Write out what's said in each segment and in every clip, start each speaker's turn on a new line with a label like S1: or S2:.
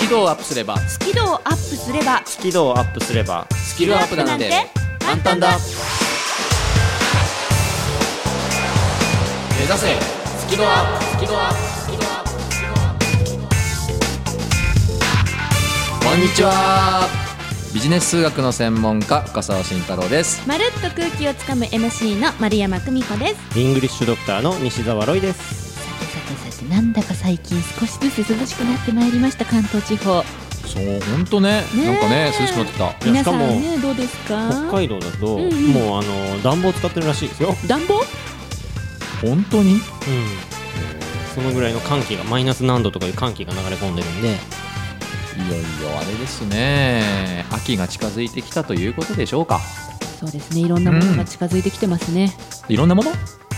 S1: キ度をアップすれば
S2: スキルをアップすれば
S3: スキルをアップすれば
S1: スキルアップなんて簡単だ目指せスキルアップスキルアップスキルアップスキルアップこんにちはビジネス数学の専門家深澤慎太郎です
S2: まるっと空気をつかむ MC の丸山久美子です
S3: イングリッシュドクターの西澤ロイです
S2: さてさてさてなんだか最近少しずつ涼しくなってまいりました関東地方
S1: そう本当ね
S2: ねえ
S1: なんかね涼しくなってきた
S2: 皆さん
S3: いやし
S2: ねどうですか
S3: 北海道だと、
S2: うんうん
S3: もうあの暖房使ってるらしいですよ、
S2: 暖房
S1: 本当に
S3: そのぐらいの寒気がマイナス何度とかいう寒気が流れ込んでるんで
S1: いよいよあれですね秋が近づいてきたということでしょうか
S2: そうですねいろんなものが近づいてきてますね、
S1: いろんなもの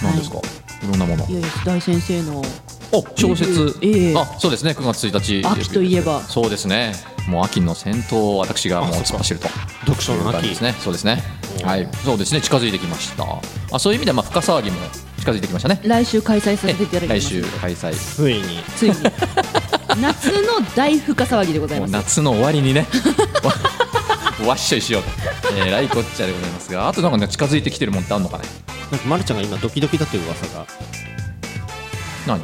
S1: なんですか、い、ろんなもの
S2: いよいよ大先生の
S1: お小説、
S2: ええ
S1: あそうですね9月1日
S2: 秋といえば
S1: そうですねもう秋の先頭を私がもう
S3: あそ
S1: 突
S3: っか
S1: っ走ると
S3: 読書
S1: いう
S3: の
S1: 感
S3: 秋
S1: じですねそうですね
S3: おー
S1: はいそうですね近づいてきましたあそういう意味ではまあ深騒ぎも近づいてきましたね
S2: 来週開催させていただきま
S1: 来
S2: す
S1: 週開催
S3: ついに
S2: ついに夏の大深騒ぎでござい
S1: も
S2: ま
S1: う
S2: す
S1: 夏の終わりにね わわっしょいしようと、えー、ライコッチャでございますがあとなんかね近づいてきてるもんってあんのかね
S3: なんかまるちゃんが今ドキドキだという噂が
S1: 何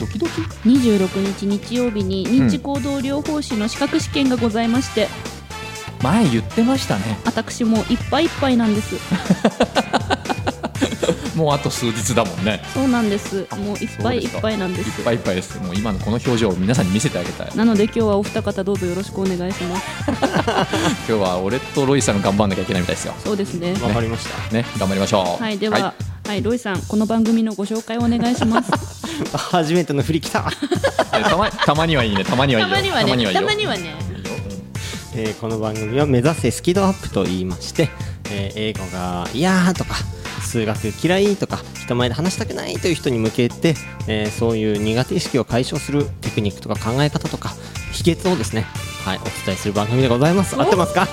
S1: ドキドキ
S2: 26日日曜日に認知行動療法士の資格試験がございまして、
S1: 前言ってましたね
S2: 私もいっぱいいっぱいなんです
S1: もうあと数日だもんね
S2: そうなんです
S1: あ
S2: もういっぱいいっぱいなんです
S1: いっぱいいっぱいですもう今のこの表情を皆さんに見せてあげたい
S2: なので今日はお二方どうぞよろしくお願いします
S1: 今日は俺とロイさんが頑張んなきゃいけないみたいですよ
S2: そうですね
S3: わかりました、
S1: ね頑張りましょう
S2: はいでは、はい、ロイさんこの番組のご紹介をお願いします
S3: 初めての振り来た、
S1: いたまたまにはいい ねたまにはいいよいいよ
S2: はね
S1: いいよ
S3: えーこの番組は目指せスキドアップと言いまして、えー英語が「いやー」とか数学嫌いとか人前で話したくないという人に向けて、えーそういう苦手意識を解消するテクニックとか考え方とか秘訣をですね、はい、お伝えする番組でございます合ってますか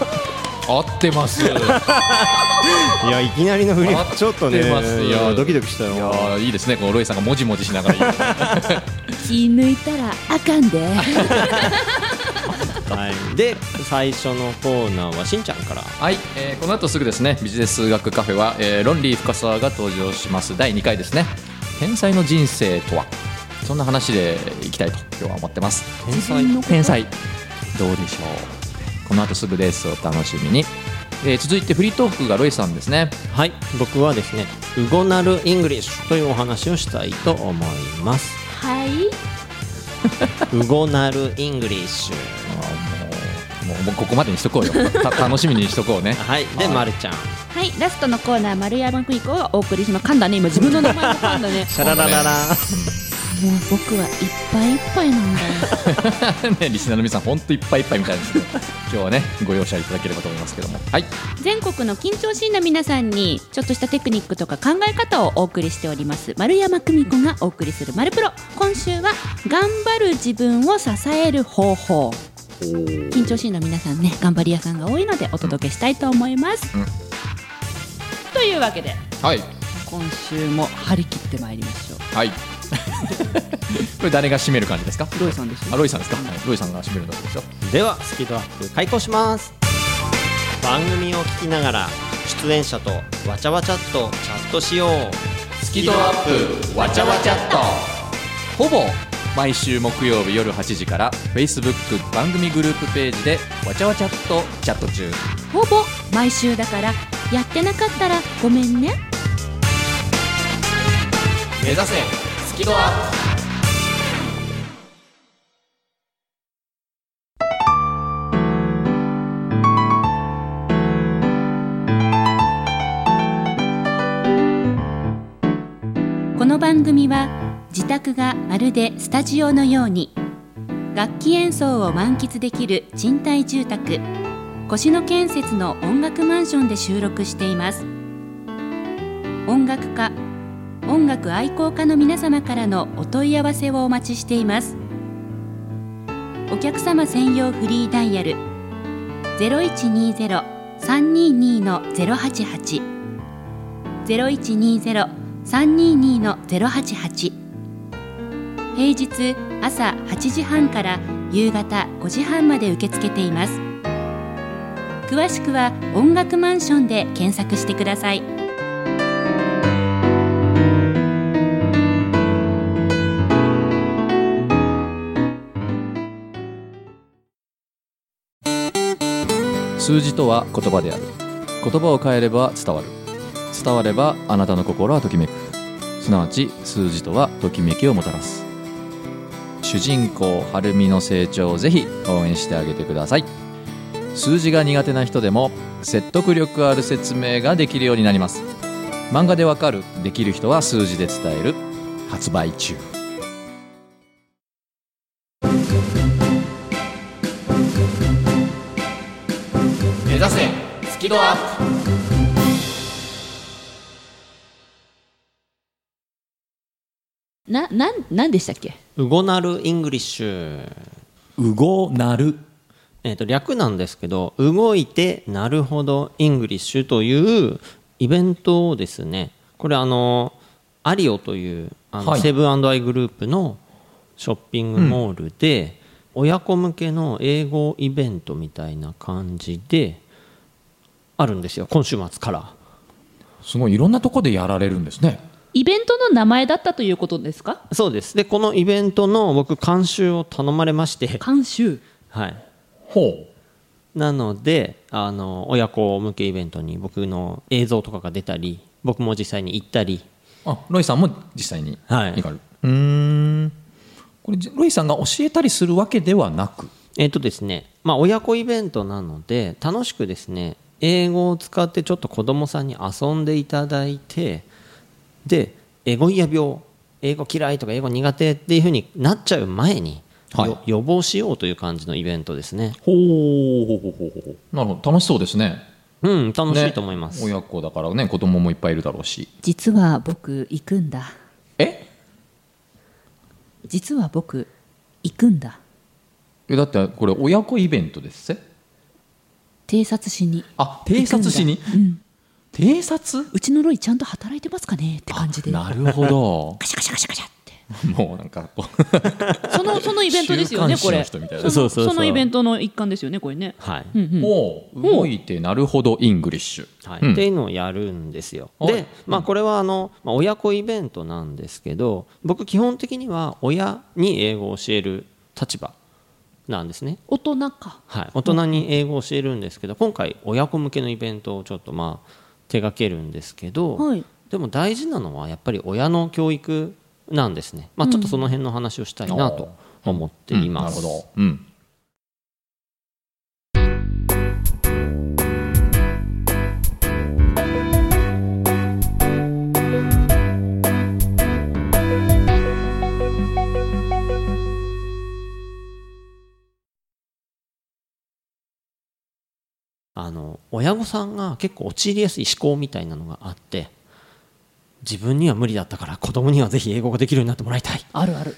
S1: 合って ますい
S3: いやいきなりの 振り
S1: 合ってます
S3: ちょっとね
S1: よ
S3: いやドキドキした
S1: や
S3: よ
S1: ーいいですねこのロイさんがもじもじしながら言う
S2: 気抜いたらあかんで
S3: はい、で最初のコーナーはしんちゃんから
S1: はい、えーこの後すぐですねビジネス数学カフェは、えーロンリー深澤が登場します第2回ですね天才の人生とはそんな話でいきたいと今日は思ってます
S3: 天才
S2: 自分のこと
S1: 天才どうでしょうこの後すぐですお楽しみに、えー続いてフリートークがロイさんですね
S3: はい、僕はですね、ウゴナルイングリッシュというお話をしたいと思います。
S2: はい
S3: ウゴナルイングリッシュ。
S1: もうもうもうここまでにしとこうよ た楽しみにしとこうね
S3: はい、で、
S1: はい
S3: まるちゃん。
S2: はいラストのコーナー丸山久美子をお送りします噛んだね今自分の名前が噛んだ ね
S3: タララララ。
S2: もう僕はいっぱいいっぱいなんだよ
S1: ねリスナーの皆さん本当いっぱいいっぱいみたいですけど今日はねご容赦いただければと思いますけどもはい
S2: 全国の緊張しいな皆さんにちょっとしたテクニックとか考え方をお送りしております丸山久美子がお送りする「丸プロ」今週は「頑張る自分を支える方法」緊張しいな皆さんね頑張り屋さんが多いのでお届けしたいと思います、
S1: うん
S2: というわけで
S1: はい
S2: 今週も張り切ってまいりましょう
S1: はい これ誰が締める感じですか
S2: ロイさんでしょ
S1: あロイさんですか、はいロイさんが締めるんだそうですよ
S3: では、スキドアップ開講します。番組を聞きながら、出演者とわちゃわちゃっとチャットしよう。
S1: スキドアップわちゃわちゃっとほぼ毎週木曜日夜8時から Facebook 番組グループページでわちゃわちゃっとチャット中
S2: ほぼ毎週だからやってなかったらごめんね
S1: 目指せスキドアッ
S2: この番組は自宅がまるでスタジオのように楽器演奏を満喫できる賃貸住宅越野建設の音楽マンションで収録しています音楽家音楽愛好家の皆様からのお問い合わせをお待ちしていますお客様専用フリーダイヤル0120-322-088 0120-322-088
S4: 平日朝8時半から夕方5時半まで受け付けています詳しくは音楽マンションで検索してください
S1: 数字とは言葉である言葉を変えれば伝わる伝わればあなたの心はときめくすなわち数字とはときめきをもたらす主人公晴美の成長をぜひ応援してあげてください数字が苦手な人でも説得力ある説明ができるようになります漫画でわかるできる人は数字で伝える発売中目指せスキドアップ
S2: な、なん、なんでしたっけ
S3: ウゴナルイングリッシュ
S1: うごなる
S3: えー、と略なんですけど動いてなるほどイングリッシュというイベントをですねこれあのアリオというあの、
S1: はい
S3: セブンアイグループのショッピングモールで、親子向けの英語イベントみたいな感じであるんですよ今週末から
S1: すごいいろんなとこでやられるんですね
S2: イベントの名前だったということですか
S3: そうですでこのイベントの僕監修を頼まれまして、
S2: 監修。
S3: はい、
S1: ほ
S3: なのであの親子向けイベントに僕の映像とかが出たり僕も実際に行ったり
S1: うあロイさんも実際に行か
S3: は
S1: れ
S3: い
S1: る、うーんこれじロイさんが教えたりするわけではなく
S3: えっとですねまあ親子イベントなので楽しくですね英語を使ってちょっと子供さんに遊んでいただいてでエゴイヤ病英語嫌いとか英語苦手っていうふうになっちゃう前に、
S1: はい
S3: よ予防しようという感じのイベントですね
S1: ほうほうほうほうほうなるほど楽しそうですね
S3: うん楽し
S1: ね
S3: いと思います、
S1: 親子だからね子供もいっぱいいるだろうし
S2: 実は僕、行くんだ。
S1: え
S2: 実は僕、行くんだ。
S1: えだってこれ親子イベントですぜ
S2: 偵察しに。
S1: あ偵察しに
S2: 行くんだうん。
S1: 偵察
S2: うちのロイちゃんと働いてますかねって感じで。
S1: なるほど
S2: カシャカシャカシャカシャって。
S1: もうなんかこ
S2: その、そのイベントですよね、
S1: 週
S2: こ
S1: 刊誌の人
S2: れ。
S1: みたいな
S2: の
S3: そうそうそ
S2: そ
S3: う
S2: のイベントの一環ですよね、これね。
S3: はい、
S2: うん
S1: う
S2: うん。
S1: もう動いてなるほどイングリッシュ
S3: はい
S1: うん
S3: っていうのをやるんですよ。
S1: はい
S3: で、まあ、これはあの、まあ、親子イベントなんですけど僕基本的には親に英語を教える立場なんですね。
S2: 大人か。
S3: はい、大人に英語を教えるんですけど今回親子向けのイベントをちょっとまあ手掛けるんですけど、
S2: はい
S3: でも大事なのはやっぱり親の教育なんですね、まあ、ちょっとその辺の話をしたいなと思っています。
S1: うんなるほど、うん、
S3: あの親御さんが結構陥りやすい思考みたいなのがあって自分には無理だったから子供にはぜひ英語ができるようになってもらいたい
S2: あるある。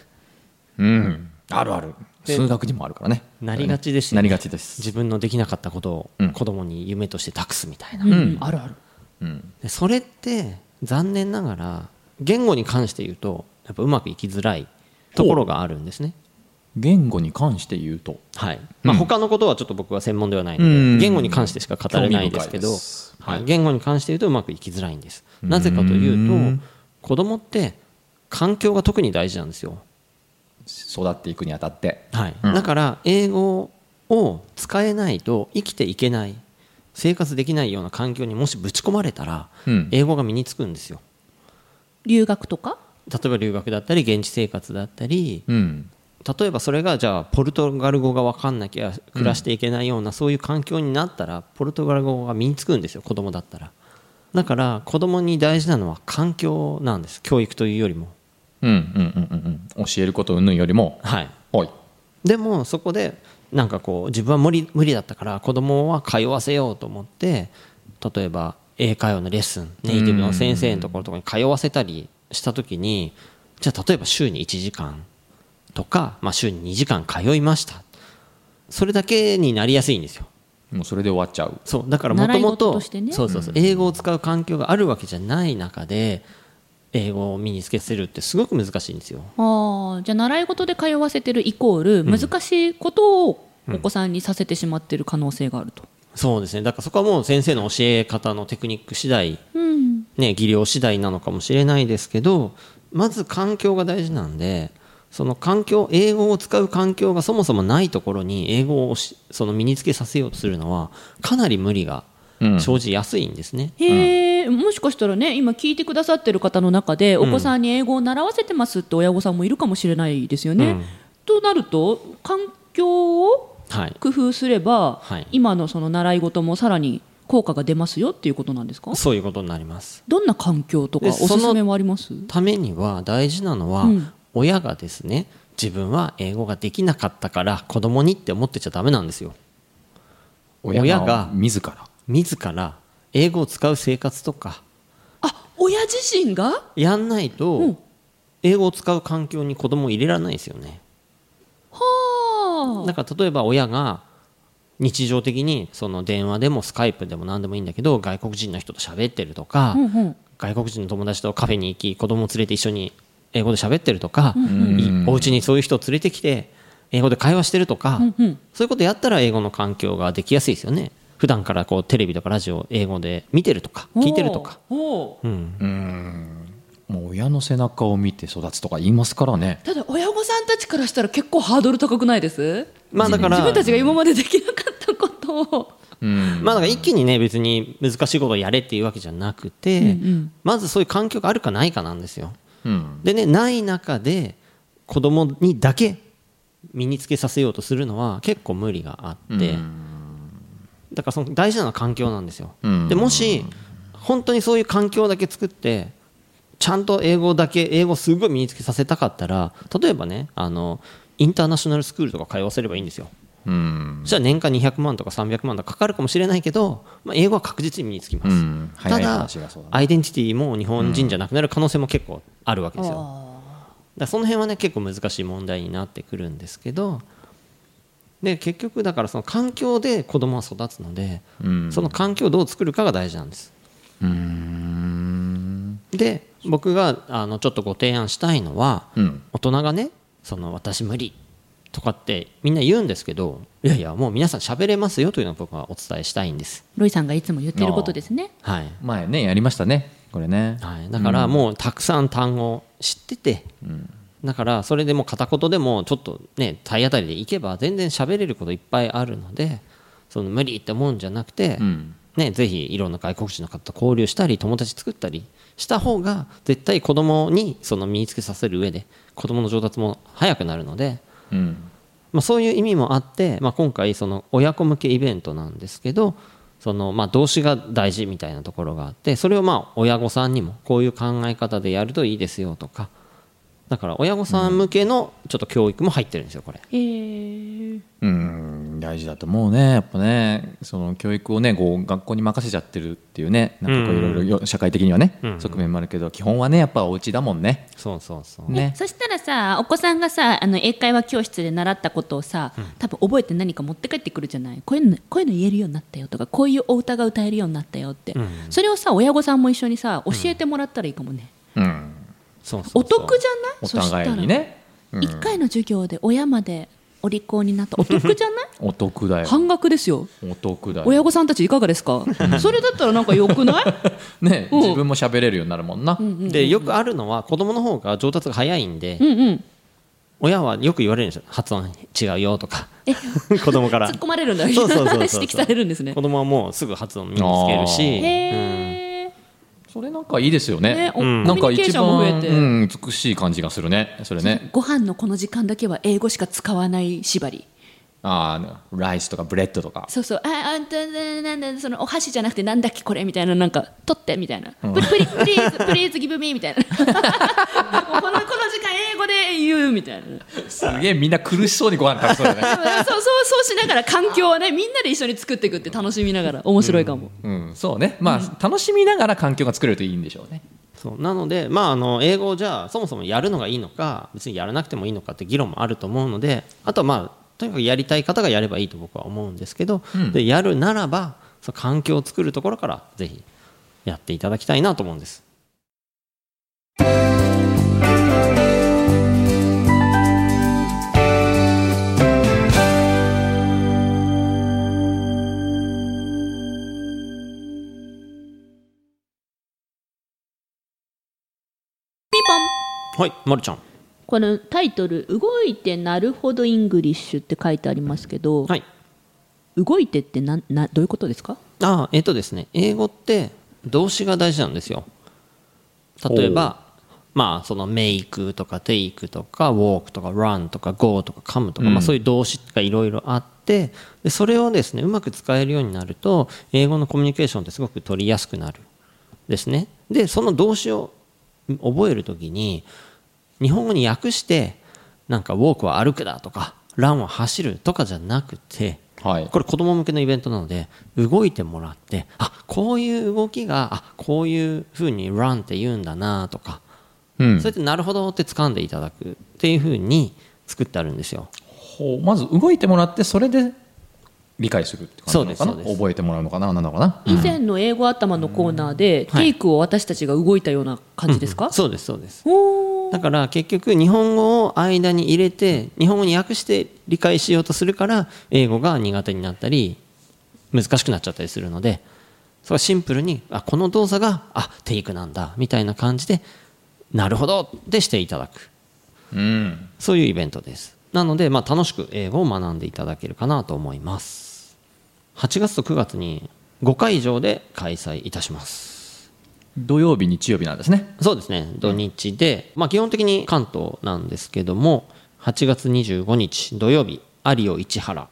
S1: うん、あるある数学にもあるからね
S3: なりがちですよ
S1: な
S3: ね
S1: りがちです、
S3: 自分のできなかったことを
S1: うん
S3: 子供に夢として託すみたいな、
S2: うん。あるある。
S1: うん、
S3: でそれって残念ながら言語に関して言うとやっぱうまくいきづらいところがあるんですね
S1: 言語に関して言うと
S3: はいまあ、
S1: うん
S3: 他のことはちょっと僕は専門ではないので、
S1: うん
S3: 言語に関してしか語れないですけど
S1: 興味深いです
S3: はい
S1: はい
S3: 言語に関して言うとうまくいきづらいんですなぜかというと子供って環境が特に大事なんですよ、
S1: 育っていくにあたって
S3: はい
S1: うん
S3: だから英語を使えないと生きていけない生活できないような環境にもしぶち込まれたら、
S1: うん
S3: 英語が身につくんですよ
S2: 留学とか
S3: 例えば留学だったり現地生活だったり、
S1: うん
S3: 例えばそれがじゃあポルトガル語が分かんなきゃ暮らしていけないような、そういう環境になったらポルトガル語が身につくんですよ子供だったらだから子供に大事なのは環境なんです教育というよりも
S1: うんうんうんうんうん教えること云々よりも
S3: はい
S1: はい
S3: でもそこでなんかこう自分は無理無理だったから子供は通わせようと思って例えば英会話のレッスンネイティブの先生のところとかに通わせたりした時にじゃあ例えば週に1時間とか、まあ、週に2時間通いましたそれだけになりやすいんですよ
S1: もうそれで終わっちゃう
S3: そうだからもと
S2: 習い
S3: も
S2: 事
S3: と
S2: としてね
S3: そうそうそう英語を使う環境があるわけじゃない中で英語を身につけせるってすごく難しいんですよ。
S2: ああじゃあ習い事で通わせてるイコール難しいことを
S3: うん
S2: お子さんにさせてしまってる可能性があると。
S3: そうですね。だからそこはもう先生の教え方のテクニック次第、
S2: うん、
S3: ね、技量次第なのかもしれないですけど、まず環境が大事なんで、その環境、英語を使う環境がそもそもないところに英語をしその身につけさせようとするのは、かなり無理が
S1: うん
S3: 生じやすいんですね。
S2: へえ、もしかしたらね今聞いてくださってる方の中でお子さんに英語を習わせてますって親御さんもいるかもしれないですよね。
S3: うん
S2: となると環境を
S3: はい。
S2: 工夫すれば、
S3: はい
S2: 今のその習い事もさらに効果が出ますよっていうことなんですか
S3: そういうことになります。
S2: どんな環境とかお
S3: です
S2: すめはあります
S3: ためには大事なのは、
S2: うん
S3: 親がですね自分は英語ができなかったから子供にって思ってちゃダメなんですよ親が
S1: 自ら
S3: 自ら英語を使う生活とか
S2: あ親自身が
S3: やんない
S2: うん
S3: と英語を使う環境に子供を入れられないですよね
S2: はあ
S3: だから例えば親が日常的にその電話でもスカイプでも何でもいいんだけど外国人の人と喋ってるとか、
S2: うんうん
S3: 外国人の友達とカフェに行き子供を連れて一緒に英語で喋ってるとか、
S1: ん
S3: いお家にそういう人を連れてきて英語で会話してるとか、
S2: うんうん
S3: そういうことやったら英語の環境ができやすいですよね普段からこうテレビとかラジオを英語で見てるとか聞いてるとか、
S2: おーおー
S3: うん、
S1: もう親の背中を見て育つとか言いますからね
S2: ただ親御さんたちからしたら結構ハードル高くないです
S3: まあだから
S2: 自分たちが今までできなかったことを
S1: うん
S3: まあだから一気にね別に難しいことをやれっていうわけじゃなくて、
S2: ん
S3: まずそういう環境があるかないかなんですよ
S1: うん
S3: でねない中で子供にだけ身につけさせようとするのは結構無理があって、だからその大事なのは環境なんですよ、
S1: うん
S3: でもし本当にそういう環境だけ作ってちゃんと英語だけ英語すごい身につけさせたかったら例えばねあのインターナショナルスクールとか通わせればいいんですよ
S1: うん
S3: そしたら年間200万とか300万とかかかるかもしれないけど、まあ、英語は確実に身につきます、
S1: うん
S3: た
S1: 早い
S3: だ
S1: 話がそうだね
S3: アイデンティティも日本人じゃなくなる可能性も結構あるわけですよ、だか
S2: あ
S3: らその辺はね結構難しい問題になってくるんですけどで結局だからその環境で子供は育つので、
S1: うん
S3: その環境をどう作るかが大事なんです
S1: うん
S3: で僕があのちょっとご提案したいのは、
S1: うん
S3: 大人がねその私無理とかってみんな言うんですけどいやいやもう皆さん喋れますよというのを僕はお伝えしたいんです、
S2: ーロイさんがいつも言ってることですね
S3: はい
S1: 前ねやりましたねこれね
S3: はい、だからもうたくさん単語を知ってて、だからそれでもう片言でもちょっとね体当たりでいけば全然喋れることいっぱいあるのでその無理って思うんじゃなくて、
S1: うん
S3: ね、ぜひいろんな外国人の方と交流したり友達作ったりした方が絶対子供にその身につけさせる上で子供の上達も早くなるので、
S1: うん
S3: まあ、そういう意味もあって、まあ、今回その親子向けイベントなんですけどそのまあ動詞が大事みたいなところがあってそれをまあ親御さんにもこういう考え方でやるといいですよとかだから親御さん向けのちょっと教育も入ってるんですよこれ。
S2: へえ
S1: うん大事だと思うねやっぱねその教育をねこう学校に任せちゃってるっていうねなんかこういろいろよ社会的にはね、
S3: うん
S1: 側面もあるけど基本はねやっぱお家だもんね
S3: そうそうそう、
S1: ね
S2: そしたらさお子さんがさあの英会話教室で習ったことをさ、多分覚えて何か持って帰ってくるじゃないこういうのこういうの言えるようになったよとかこういうお歌が歌えるようになったよって、
S3: ん
S2: それをさ親御さんも一緒にさ教えてもらったらいいかもね、
S1: うん
S3: そうそうそう
S2: お得じ
S1: お
S2: ゃない
S1: 互いに
S2: そし
S1: ね
S2: たら、一1回の授業で親までお利口にな ったお得じゃない
S1: お得だよ
S2: 半額ですよ
S1: お得だよ
S2: 親御さんたちいかがですかそれだったらなんか良く ない
S1: ね
S2: うん
S1: 自分も喋れるようになるもんな、
S3: でよくあるのは子供の方が上達が早いんで、
S2: うんうん
S3: 親はよく言われるんですよ発音違うよとか 子 供から
S2: 突っ込まれるんだ
S3: そうそうそうそう
S2: 指摘されるんですね
S3: 子供はもうすぐ発音身につけるし、
S2: へー
S1: それなんかいいですよね
S2: ねお
S3: うん
S1: なんか
S2: コミュニケー
S1: 一
S2: ションも増え
S1: 番、
S2: て
S1: うん、美しい感じがするねそれね
S2: ご飯のこの時間だけは英語しか使わない縛り
S1: ああライスとかブレッドとか
S2: そうそうああんたななんだそのお箸じゃなくてなんだっけこれみたいななんか取ってみたいなプリプリプリーズプリーズギブミーみたいなもうこのこの時間英語で言うみたいなそう
S1: すげえみんな苦しそうにご飯食べそうだね
S2: そうそうしながら環境はねみんなで一緒に作っていくって楽しみながら面白いかも、
S1: うん、そうね、まあ、楽しみながら環境が作れるといいんでしょうね。
S3: そうなので、まあ、あの英語をじゃあそもそもやるのがいいのか別にやらなくてもいいのかって議論もあると思うのであとはまあとにかくやりたい方がやればいいと僕は思うんですけど、でやるならばその環境を作るところからぜひやっていただきたいなと思うんです。
S2: ピンポン
S3: はい、まるちゃん。
S2: このタイトル「動いてなるほどイングリッシュ」って書いてありますけど、
S3: はい。
S2: 動いてってななどういうことですか
S3: ああ、えっとですね、英語って動詞が大事なんですよ。例えば、まあ、そのメイクとかテイクとか、ウォークとか、ランとか、ゴーとか、カムとか、
S1: うん
S3: まあそういう動詞がいろいろあって、でそれをですね、うまく使えるようになると、英語のコミュニケーションってすごく取りやすくなる。ですね。で、その動詞をん覚えるときに、日本語に訳して、なんか、ウォークは歩くだとか、ランは走るとかじゃなくて、
S1: はい
S3: これ子供向けのイベントなので動いてもらってあこういう動きがあこういうふうに run って言うんだなとか、
S1: うん
S3: それってなるほどって掴んでいただくっていうふうに作ってあるんですよ
S1: ほうまず動いてもらってそれで理解するって感じなのかな
S3: そうですそうです
S1: 覚えてもらうのかな何なのかな
S2: 以前の英語頭のコーナーで、
S3: はい
S2: テイクを私たちが動いたような感じですか、
S3: そうですそうです
S2: おー
S3: だから結局日本語を間に入れて日本語に訳して理解しようとするから英語が苦手になったり難しくなっちゃったりするのでそれはシンプルにあこの動作があテイクなんだみたいな感じでなるほどでしていただく
S1: うん
S3: そういうイベントです。なので、まあ、楽しく英語を学んでいただけるかなと思います。8月と9月に5会場で開催いたします。
S1: 土曜日日曜日なんですね
S3: そうですね、土日で、まあ、基本的に関東なんですけども、8月25日土曜日、有オ市原。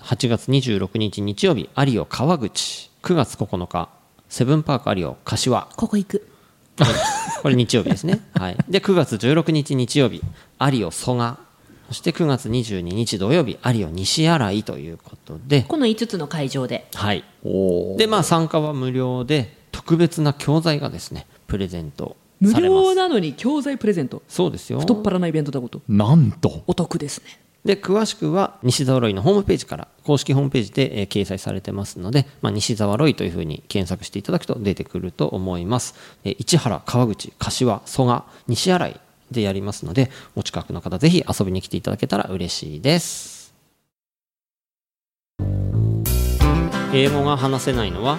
S3: 8月26日日曜日、有オ川口。9月9日、セブンパーク有オ柏。
S2: ここ行く
S3: これ日曜日ですね。はい。で、9月16日日曜日、有オ蘇我。そして9月22日土曜日、有オ西新井ということで、
S2: この5つの会場で
S3: はい。
S1: お
S3: で、まあ参加は無料で、特別な教材がですね、プレゼント
S2: 無
S3: されます。
S2: 料なのに教材プレゼント
S3: そうですよ。
S2: 太っ腹なイベントだこと
S1: なんと
S2: お得ですね
S3: で、詳しくは西沢ロイのホームページから、公式ホームページで、えー掲載されてますので、まあ、西沢ロイというふうに検索していただくと出てくると思います。えー市原、川口、柏、蘇我、西新井でやりますので、お近くの方ぜひ遊びに来ていただけたら嬉しいです。英語が話せないのは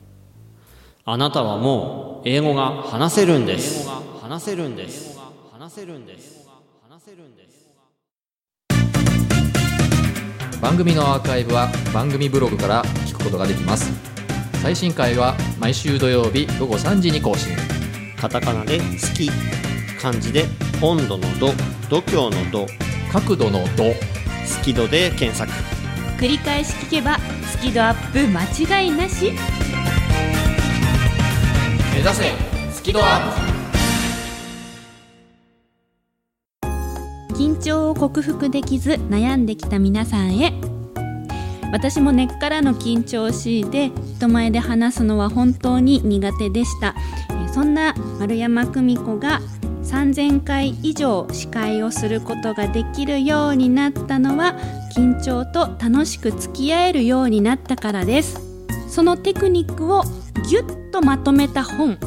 S3: あなたはもう英語が話せるんです話せるんです話せるんです話せるんです
S1: 番組のアーカイブは番組ブログから聞くことができます最新回は毎週土曜日午後3時に更新
S3: カタカナで「好き」漢字で「温度の度」「度胸の度」
S1: 角度の度
S3: 「好き度」で検索
S4: 繰り返し聞けばスキドアップ間違いなし
S1: 目指せスキドアッ
S4: 緊張を克服できず悩んできた皆さんへ私も根っからの緊張を強いて人前で話すのは本当に苦手でしたえーそんな丸山久美子が3000回以上司会をすることができるようになったのは緊張と楽しく付き合えるようになったからですそのテクニックをぎゅっとまとめた本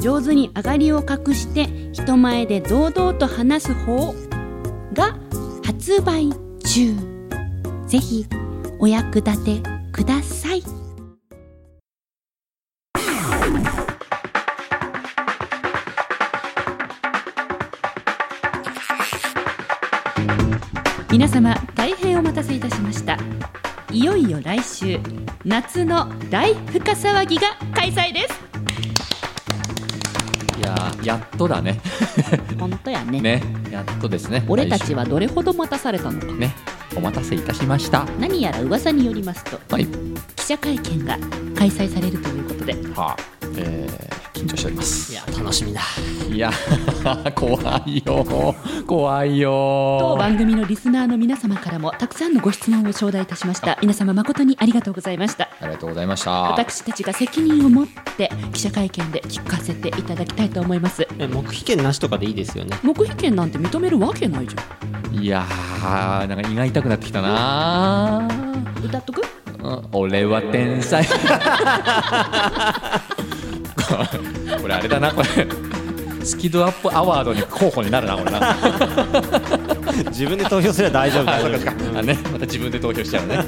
S4: 上手に上がりを隠して人前で堂々と話す方が発売中ぜひお役立てください皆様大変お待たせいたしましたいよいよ来週夏の大深騒ぎが開催です
S1: プいやーやっとだ ね
S2: 本当やね
S1: ねやっとですね
S2: 俺たち
S1: は
S2: はどれほど待たされたのか
S1: ねお待たせいたしました
S2: 何やら噂によりますと
S1: はい
S2: 記者会見が開催されるということで
S1: はあえー緊張しております
S3: いや楽しみだ
S1: いや 怖いよ怖い
S2: 当
S1: よ
S2: 番組のリスナーの皆様からもたくさんのご質問を頂戴いたしました皆様誠にありがとうございました
S1: ありがとうございました
S2: 私たちが責任を持って記者会見で聞かせていただきたいと思います
S3: え黙秘権なしとかでいいですよね
S2: 黙秘権なんて認めるわけないじゃ
S1: いやーなんか胃が痛くなってきたな、
S2: ん歌っとく
S1: うん俺は天才 これあれだなこれスキドアップアワードに候補になるなこれ な
S3: 自分で投票すれば大丈夫
S1: あ
S3: 大
S1: そう
S3: 丈
S1: かそうか
S3: 夫
S1: あねまた自分で投票しちゃうね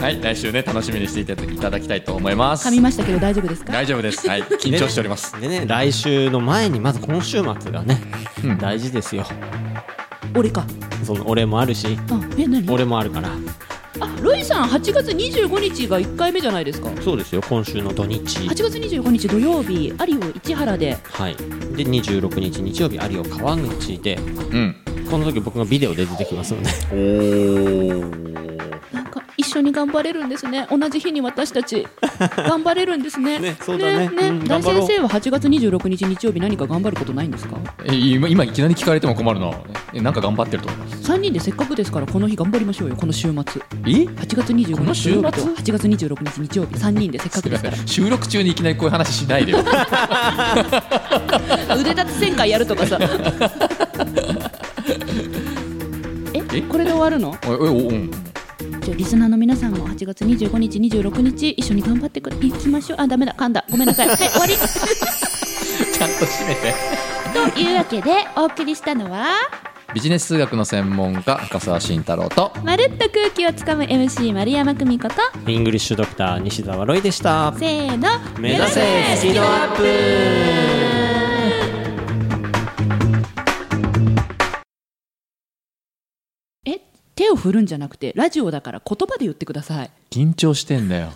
S1: はい来週ね楽しみにしていただいただきたいと思います
S2: 噛みましたけど大丈夫ですか
S1: 大丈夫ですはい緊張しております
S3: でね来週の前にまず今週末がね、
S1: うん
S3: 大事ですよ
S2: 俺か
S3: その俺もあるし
S2: あえ何
S3: 俺もあるから
S2: あロイさん8月25日が1回目じゃないですか8
S3: そうですよ今週の土日
S2: 月25日土曜日有オ市原で
S3: はいで26日日曜日有オ川口で
S1: うん
S3: この時僕がビデオで出てきますの で
S1: おー
S2: なんか一緒に頑張れるんですね同じ日に私た ち頑張れるんですね
S3: ねそうだねうん
S2: 大
S3: 頑張ろ
S2: 先生
S3: う
S2: は8月26日日曜日何か頑張ることないんですか
S1: え今今いきなり聞かれても困るなえなんか頑張ってると思います
S2: 3人でせっかくですからこの日頑張りましょうよこの週末8
S1: え
S2: 月25
S1: この
S2: 日
S1: 週末
S2: 土曜日と8月26日日曜日3人でせっかくですから
S1: 収録中にいきなりこういう話しないで よ
S2: 腕立て1000回やるとか さえ
S1: え
S2: これで終わるの
S1: おいおいおうん
S2: じゃあリスナーの皆さんも8月25日26日一緒に頑張ってくいきましょうあダメだ噛んだごめんなさいはい終わり
S1: ちゃんと締めて
S2: というわけでお送りしたのは
S1: ビジネス数学の専門家深澤慎太郎と
S2: まるっと空気をつかむ MC 丸山久美子と
S3: イングリッシュドクター西澤ロイでした
S2: せーの
S3: 目指せスキドアップ
S2: え手を振るんじゃなくてラジオだから言葉で言ってください
S1: 緊張してんだよ